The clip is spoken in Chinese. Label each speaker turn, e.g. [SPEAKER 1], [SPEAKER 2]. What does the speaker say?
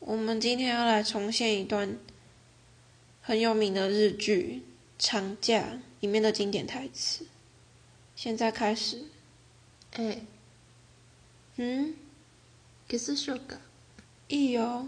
[SPEAKER 1] 我们今天要来重现一段很有名的日剧《长假》里面的经典台词。现在开始。
[SPEAKER 2] ええ、
[SPEAKER 1] 嗯，
[SPEAKER 2] キスしようか。
[SPEAKER 1] いいよ。